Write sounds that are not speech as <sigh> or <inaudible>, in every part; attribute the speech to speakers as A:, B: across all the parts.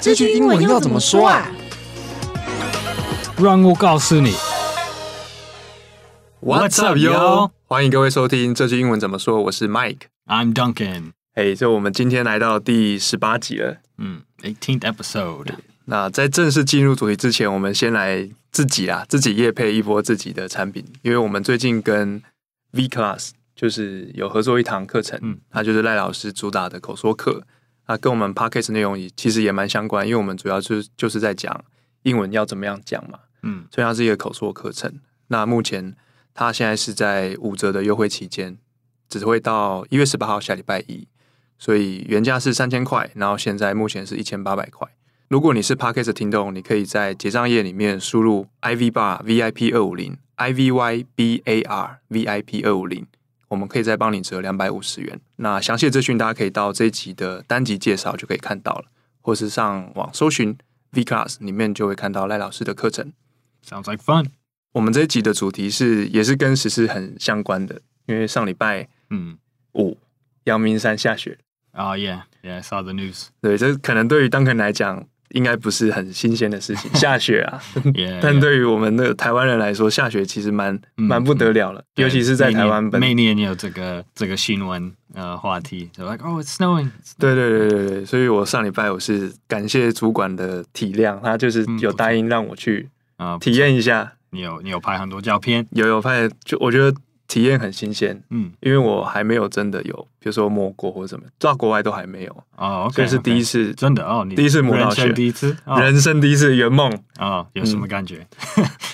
A: 这句英文要怎么说啊？
B: 让我告诉你。
C: What's up, yo？欢迎各位收听这句英文怎么说。我是 Mike。
B: I'm Duncan。
C: 哎，所以我们今天来到第十八集了。
B: 嗯，eighteenth Hmm, episode。
C: 那在正式进入主题之前，我们先来自己啊，自己业配一波自己的产品，因为我们最近跟 V Class 就是有合作一堂课程，
B: 嗯
C: 它就是赖老师主打的口说课，啊，跟我们 Podcast 内容也其实也蛮相关，因为我们主要就是就是在讲英文要怎么样讲嘛，
B: 嗯
C: 所以它是一个口说课程。那目前它现在是在五折的优惠期间，只会到一月十八号下礼拜一，所以原价是三千块，然后现在目前是一千八百块。如果你是 Podcast 听众，你可以在结账页里面输入 IV bar VIP 二五零 IVY BAR VIP 二五零，我们可以再帮你折两百五十元。那详细的资讯大家可以到这一集的单集介绍就可以看到了，或是上网搜寻 V Class 里面就会看到赖老师的课程。
B: ，Sounds like fun。
C: 我们这一集的主题是也是跟时事很相关的，因为上礼拜
B: 嗯
C: 五阳明山下雪，
B: Hmm, ，Oh yeah, yeah. I saw the news.
C: 对，这可能对于 Duncan 来讲应该不是很新鲜的
B: <laughs>
C: 事情，下雪啊。
B: Yeah.
C: 但
B: yeah.
C: 对于我们的台湾人来说，下雪其实蛮
B: 嗯
C: 蛮不得了了，
B: 对
C: 尤其是在台湾本。
B: 每年每年有这个这个新闻呃话题，就 like oh it's snowing，
C: 对对对对对，所以我上礼拜我是感谢主管的体谅，他就是
B: 嗯
C: 有
B: 不错
C: 答应让我去
B: 啊、呃，
C: 体验一下，
B: 你有你有拍很多照片，
C: 有有发现，就我觉得体验很新鲜，
B: 嗯，
C: 因为我还没有真的有，比如说摸过或者什么，到国外都还没有。
B: 哦，OK，
C: 这是第一
B: OK
C: 次，
B: 真的哦，你
C: 第一次摸到
B: 人生
C: 雪
B: 第一次，哦
C: 人生第一次圆梦。
B: 哦，有什么感觉？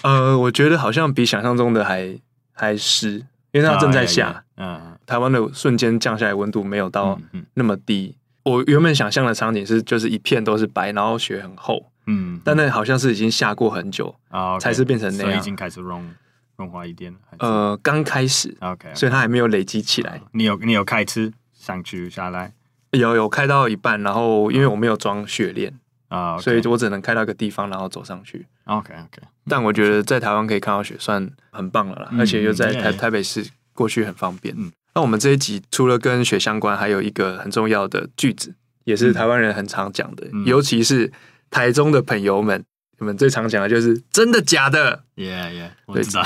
C: 呃，我觉得好像比想象中的还还湿，因为
B: Ah,
C: 它正在下，
B: 啊，嗯
C: 台湾的瞬间降下来温度没有到
B: 嗯嗯
C: 那么低。我原本想象的场景是，就是一片都是白，然后雪很厚，
B: 嗯，
C: 但那好像是已经下过很久，
B: 啊，OK，
C: 才是变成那
B: 所以
C: 样
B: 已经开始融融化一点了，还是
C: 呃，刚开始，
B: ，OK，
C: 所以它还没有累积起来。
B: 哦你有你有开车上去下来
C: 有有开到一半，然后因为我没有装雪链，
B: 啊，OK，
C: 所以我只能开到一个地方，然后走上去。
B: OK OK，
C: 但我觉得在台湾可以看到雪，算很棒了啦，
B: 嗯
C: 而且又在
B: 嗯对
C: 台台北市过去很方便。
B: 嗯
C: 那我们这一集除了跟雪相关，还有一个很重要的句子，也是台湾人很常讲的，
B: 嗯
C: 尤其是台中的朋友们，你们最常讲的就是“真的假的
B: Yeah Yeah，我
C: 对
B: 知道。”。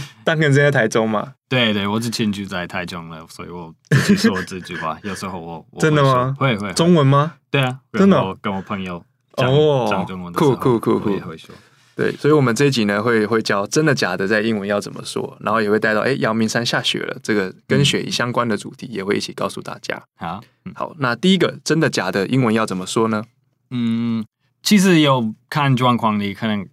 B: <laughs>
C: 当然是在台中嘛，
B: 对对，我之前就在台中了，所以我自己说这句
C: <laughs>
B: 话。有时候我我会
C: 真的吗
B: 说会会会
C: 中文吗？
B: 对啊，
C: 真的哦
B: 我跟我朋友讲
C: 哦
B: 讲中文的时候，
C: 酷酷酷酷
B: 我也会说。
C: 对，所以我们这一集呢会会教“真的假的”在英文要怎么说，然后也会带到哎阳明山下雪了这个跟雪相关的主题，也会一起告诉大家。
B: 好，嗯
C: 好，那第一个“真的假的”英文要怎么说呢？
B: 嗯，其实有看状况，你可能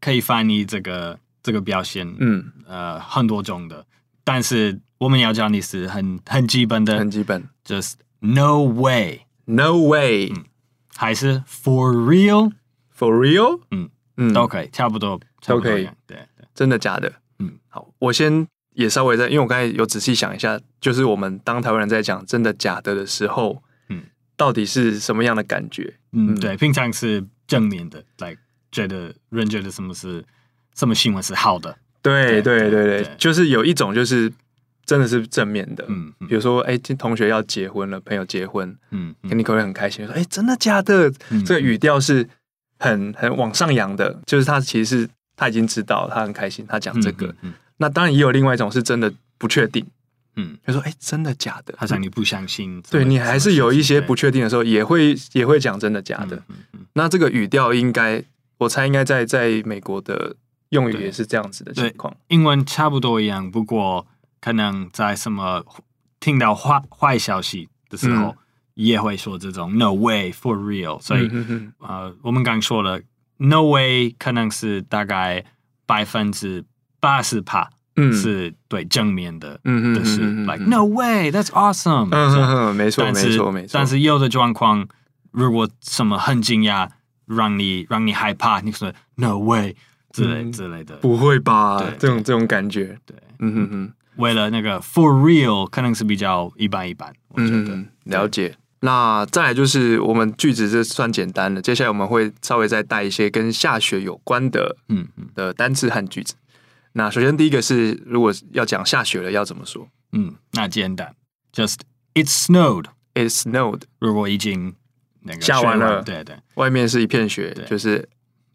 B: 可以翻译这个这个表现，
C: 嗯，
B: 呃，很多种的。但是我们要教你是很很基本的
C: 很基本。
B: ，just no way，
C: No way,
B: 嗯还是 for real
C: for real？
B: 嗯
C: 嗯
B: 都可以，差不多，差不多
C: 都可以
B: 一样。对对，
C: 真的假的？
B: 嗯，
C: 好，我先也稍微在，因为我刚才有仔细想一下，就是我们当台湾人在讲真的假的的时候，
B: 嗯，
C: 到底是什么样的感觉？
B: 嗯，
C: 嗯
B: 对，平常是正面的，like 觉得人觉得什么是什么新闻是好的，
C: 对
B: 对
C: 对对对
B: 对，
C: 就是有一种就是真的是正面的，
B: 嗯嗯
C: 比如说哎，今同学要结婚了，朋友结婚，
B: 嗯嗯
C: 你可能会很开心，说哎，真的假的？
B: 嗯
C: 这个语调是很很往上扬的，就是他其实是他已经知道，他很开心，他讲这个。
B: 嗯，嗯
C: 那当然也有另外一种是真的不确定。
B: 嗯嗯
C: 就说：“哎、真的假的？”
B: 好像你不相信什么，
C: 对你还是有一些不确定的时候，也会也会讲真的假
B: 什么事
C: 的。
B: 情，对嗯嗯
C: 那这个语调应该，我猜应该在在美国的用语
B: 对
C: 也是这样子的情况。
B: 英文差不多一样，不过可能在什么听到坏坏消息的时候，
C: 嗯
B: 也会说这种 “no way for real”，所以、
C: 嗯哼哼
B: 呃，我们刚说了 “no way” 可能是大概百分之八十帕
C: 嗯
B: 是对正面的，
C: 嗯嗯
B: 的事
C: 嗯嗯嗯
B: ，like
C: 嗯
B: “no way”，that's awesome，
C: 嗯
B: 这
C: 哼
B: 样
C: 哼，没错
B: 但
C: 没
B: 是
C: 错没错。
B: 但是有的状况，如果什么很惊讶，让你让你害怕，你说 “no way” 之类、
C: 嗯
B: 之类的，
C: 不会吧
B: 对？
C: 这种这种感觉，
B: 对。
C: 嗯哼哼，
B: 为了那个 for real 可能是比较一般一般，我觉
C: 嗯
B: 得。
C: 哼，了解。那再来就是我们句子这算简单的，接下来我们会稍微再带一些跟下雪有关的
B: 嗯嗯
C: 的单词和句子。那首先第一个是，如果要讲下雪了要怎么说
B: 嗯，那简单，just it snowed。
C: ？It snowed。
B: 如果已经那个
C: 下完
B: 血管
C: 了
B: 对对，
C: 外面是一片雪
B: 对，嗯
C: 就是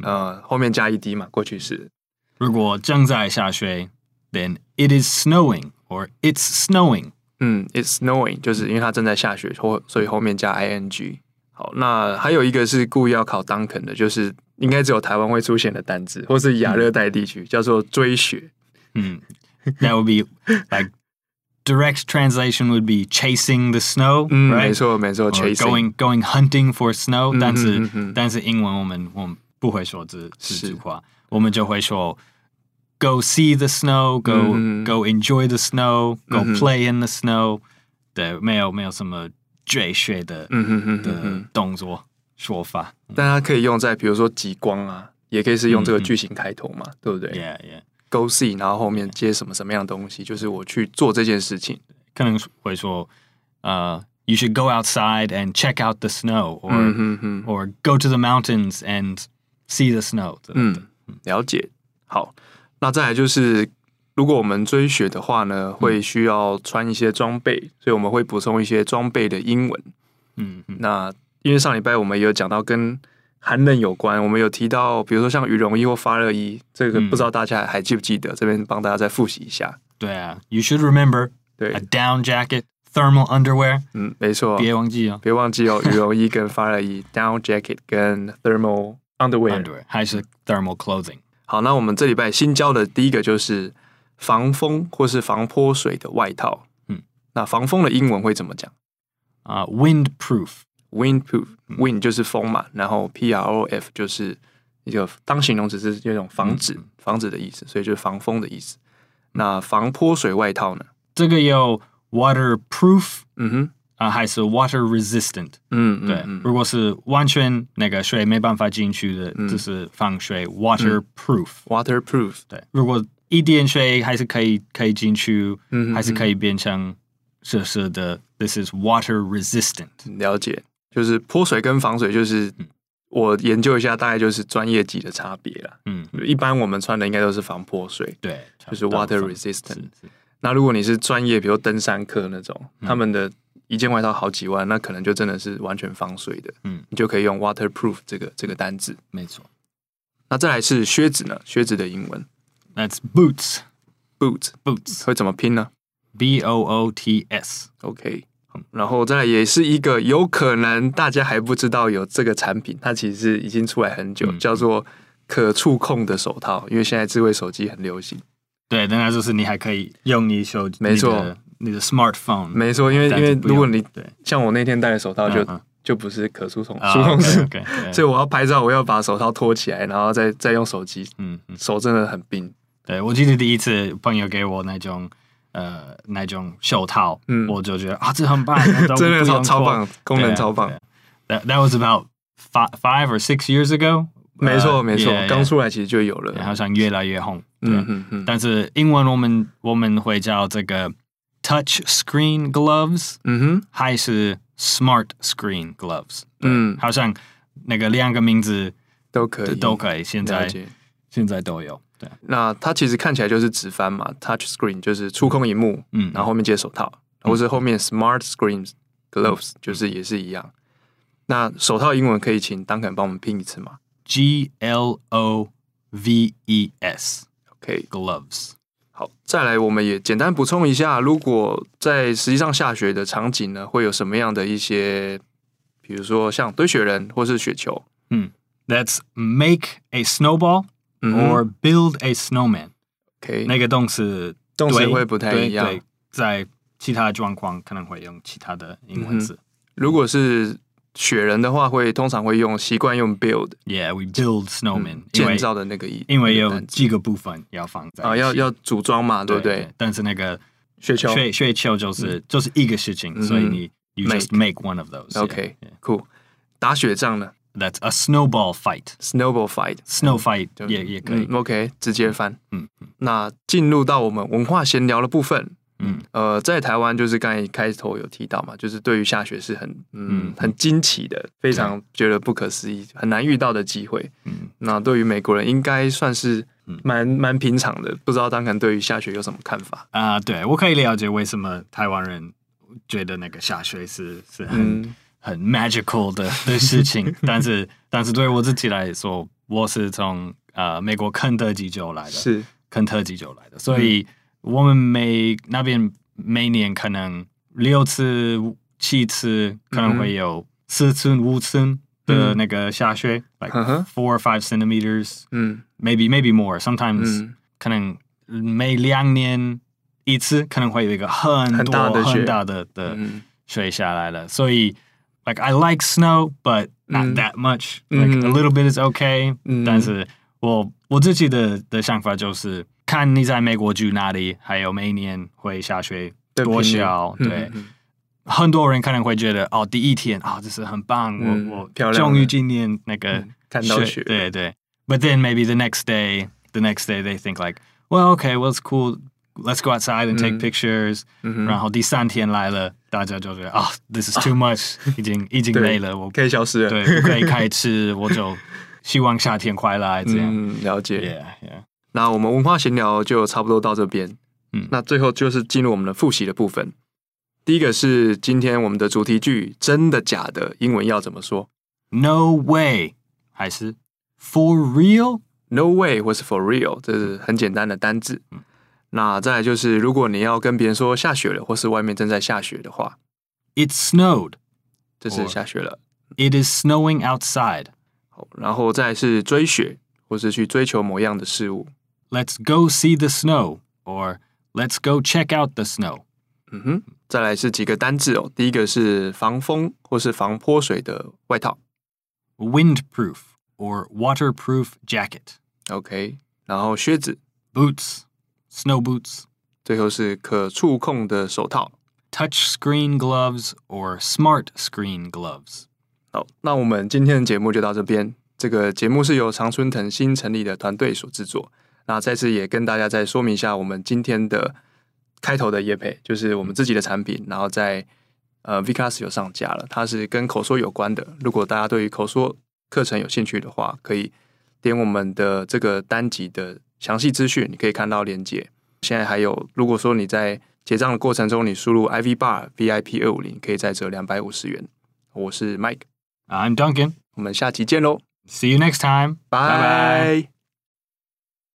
C: 呃后面加一滴嘛，过去式。
B: 如果正在下雪，then it is snowing or it's snowing。
C: 嗯，it's snowing，就是因为它正在下雪，或所以后面加 ing。好，那还有一个是故意要考 Duncan 的，就是应该只有台湾会出现的单字，或是亚热带地区、叫做追雪。
B: 嗯 that would be like direct translation would be chasing the snow，
C: 嗯
B: right？
C: 没错没错
B: or
C: Mm, ，chasing。Mm-hmm,
B: going going hunting for snow，、
C: 嗯
B: 但是、
C: 嗯嗯
B: 但是英文我们我们不会说这这
C: 是
B: 句话，我们就会说 go see the snow，go、
C: 嗯嗯
B: go enjoy the snow，go
C: 嗯哼
B: play in the snow，、对，没有没有什么追雪的、
C: 嗯哼哼哼
B: 的
C: 哼，
B: 动作说法
C: 但它可以用在比如说极光啊，也可以是用这个
B: 嗯嗯
C: 句型开头嘛，对不对
B: ，yeah yeah，
C: ？Go see，然后后面接什么什么样的东西，就是我去做这件事情。
B: 可能会说呃、you should go outside and check out the snow，or、
C: 嗯哼哼，
B: or go to the mountains and see the snow，嗯
C: 嗯，了解。好，那再来就是，如果我们追雪的话
B: 嗯
C: 呢，会需要穿一些装备，所以我们会补充一些装备的英文。
B: 嗯嗯
C: 那因为上礼拜我们也有讲到跟寒冷有关，我们有提到，比如说像羽绒衣或发热衣，这个
B: 嗯
C: 不知道大家还记不记得？这边帮大家再复习一下。
B: 对啊，you should remember。
C: 对 Oh。
B: a，down jacket, thermal underwear.
C: 嗯，没错，
B: 别忘记哦
C: 别忘记哦，羽绒衣跟发热衣 （down jacket） 跟 thermal underwear。
B: ，underwear 还是 thermal clothing。
C: 好，那我们这礼拜新教的第一个就是防风或是防泼水的外套。
B: 嗯，
C: 那防风的英文会怎么讲
B: 啊、w i n d proof，
C: ？Windproof。Wind
B: 嗯
C: 就是风嘛，然后 P R O F 就是一个当形容词是这种防止、
B: 嗯
C: 防止的意思，所以就是防风的意思。那防泼水外套呢？
B: 这个有 waterproof
C: 嗯哼，
B: 啊、还是 water resistant？
C: 嗯，嗯
B: 对，
C: 嗯
B: 如果是完全那个水没办法进去的，就是防水 waterproof、
C: ，waterproof。
B: 对，如果一点水还是可以可以进去，
C: 嗯嗯
B: 还是可以变成设施的。This is water resistant。
C: 了解，就是泼水跟防水，就是
B: 嗯
C: 我研究一下，大概就是专业级的差别啦。
B: 嗯，
C: 一般我们穿的应该都是防泼水。
B: 对，
C: 就是
B: 差不多
C: water
B: 防
C: resistant
B: 是是
C: 那如果你是专业，比如登山客那种，
B: 嗯
C: 他们的一件外套好几万，那可能就真的是完全防水的。
B: 嗯，
C: 你就可以用 waterproof 这个这个单字。
B: 没错。
C: 那再来是靴子呢？靴子的英文
B: That's boots。
C: boot
B: boots。
C: 会怎么拼呢
B: B O O T S。
C: ？OK，然嗯后再来也是一个有可能大家还不知道有这个产品，它其实已经出来很
B: 嗯
C: 久，叫做可触控的手套，因为现在智慧手机很流
B: 嗯
C: 行。
B: 对，当然就是你还可以用你手机，
C: 没错
B: 你的，你的 smartphone。
C: 没错，因为因
B: 但
C: 为
B: 是不用
C: 如果你
B: 对
C: 像我那天戴的手套就
B: 嗯嗯
C: 就不是可触控，
B: 啊
C: 触控是 <laughs>
B: OK，OK，对
C: 所以我要拍照，我要把手套脱起来，然后再再用手机，
B: 嗯嗯，
C: 手真的很冰。
B: 对我记得第一次朋友给我那种呃那种袖套，
C: 嗯
B: 我就觉得啊这很棒，那都
C: <laughs> 真的
B: 不
C: 超
B: 用啊
C: 超
B: 脱
C: 棒，功能超棒。
B: That that was about five five or six years ago 呃。
C: 没错没错
B: yeah，，
C: 刚
B: yeah，
C: 出来其实就有
B: 对啊好
C: 了。
B: 像越来越红。对
C: 嗯嗯嗯
B: 但是英文我们我们会叫这个 touch screen gloves。
C: 嗯哼，
B: 还是 Smart Screen Gloves。
C: 嗯
B: 嗯，好像那个两个名字
C: 都可以
B: 都可以，现
C: 了
B: 在
C: 解。
B: 现在都有。对，
C: 那它其实看起来就是直翻嘛，touch screen 就是触控荧幕，
B: 嗯
C: 然后后面接手套，或是后面 smart screen
B: 嗯
C: gloves 就是也是一样。那手套英文可以请 Duncan 帮我们拼一次吗
B: G L O V E S
C: ？OK，
B: Gloves。
C: 好，再来，我们也简单补充一下，如果在实际上下雪的场景呢，会有什么样的一些，比如说像堆雪人或是雪球，
B: 嗯，That's make a snowball
C: 嗯
B: or build a snowman。
C: ，OK，
B: 那个动词
C: 动词
B: 对
C: 会不太
B: 对
C: 一样
B: 对在其他状况可能会用其他的英文字。
C: 如果是雪人的话，会通常会用习惯用 build
B: Yeah, we build snowmen，因
C: 建
B: 为
C: 造的那个意，
B: 因为
C: 那个
B: 有
C: 单字
B: 几个部分要放在
C: 啊，
B: 一
C: 要
B: 起
C: 要组装嘛，对不对？
B: 对，但是那个
C: 雪球
B: 所以所以球就是、就是一个事情，
C: 嗯
B: 所以你 you
C: Make
B: just make one of those.
C: OK
B: yeah, yeah.
C: cool，打雪仗呢
B: That's a snowball fight.
C: ，snowball fight，
B: Snow fight
C: 就
B: 也也可以。
C: 嗯，OK，直接翻。
B: 嗯
C: 那进入到我们文化闲聊的部分，
B: 嗯，
C: 呃，在台湾就是刚才开头有提到嘛，就是对于下雪是很嗯
B: 嗯
C: 很惊奇的，非常觉得不可思议，很难遇到的机会。
B: 嗯，
C: 那对于美国人应该算是
B: 嗯
C: 蛮蛮平常的，不知道当然对于下雪有什么看法？
B: 啊、对我可以了解为什么台湾人觉得那个下雪是是很、
C: 嗯
B: 很 magical 的的事
C: <laughs>
B: 情，但是但是对我自己来说，我是从呃美国肯德基州来的，
C: 是
B: 肯特基州来的，所以我们每那边每年可能六次、七次，可能
C: 嗯
B: 会有四寸、五寸的那个下雪、l i k
C: 嗯
B: e
C: 哼
B: four or five centimeters,
C: 嗯
B: maybe maybe more. Sometimes、
C: 嗯
B: 可能每两年一次，可能会有一个很多
C: 很大的雪
B: 很大的的
C: 嗯
B: 水下来了。所以，like I like snow, but not
C: 嗯
B: that much.
C: 嗯
B: Like a little bit is okay.
C: 嗯
B: 但是我我自己的的想法就是，看你在美国住哪里，还有每年会下雪
C: 的
B: 多
C: 频率
B: 小。
C: 嗯
B: 对
C: 嗯，嗯
B: 很多人可能会觉得，哦，第一天啊、这是很棒，
C: 嗯
B: 我
C: 漂
B: 我
C: 亮
B: 终于
C: 的
B: 今年那个、
C: 嗯看到雪
B: 对对。But then maybe the next day, the next day they think like, well, okay, well it's cool. Let's go outside and take
C: 嗯
B: pictures、
C: 嗯哼
B: 然后第三天来了，大家就觉得啊、t h i s Ah, is too much，已经已经
C: 对
B: 累了，我 <laughs>
C: 可以消失了，
B: 对，不可以开吃，我就希望夏天快来这样。
C: <laughs> 嗯，了解。
B: Yeah, yeah.
C: 那我们文化闲聊就差不多到这边。
B: 嗯
C: 那最后就是进入我们的复习的部分。第一个是今天我们的主题句“真的假的”英文要怎么说
B: No way，还是 For real？
C: ？No way 或是 for real，这是很简单的单字。那再来就是，如果你要跟别人说下雪了，或是外面正在下雪的话，
B: It snowed.
C: 这是下雪了。
B: It is snowing outside.
C: 好，然后再来是追雪，或是去追求某样的事物。
B: Let's go see the snow. Or let's go check out the snow.
C: 嗯哼，再来是几个单字哦。第一个是防风或是防泼水的外套
B: Windproof or waterproof jacket.
C: ，OK。然后靴子，
B: Boots, snow boots.
C: 最后是可触控的手套。
B: Touch screen gloves or smart screen gloves.
C: 好，那我们今天的节目就到这边。这个节目是由常春藤新成立的团队所制作。那再次也跟大家再说明一下，我们今天的开头的业配就是我们自己的产品，然后在呃 Vcast 有上架了，它是跟口说有关的。如果大家对于口说课程有兴趣的话，可以点我们的这个单集的详细资讯，你可以看到链接。现在还有，如果说你在结账的过程中，你输入 IV bar VIP 二五零，可以再折两百五十元。我是 Mike。
B: I'm Duncan.
C: 我们下期见喽，
B: See you next time.
C: 拜拜。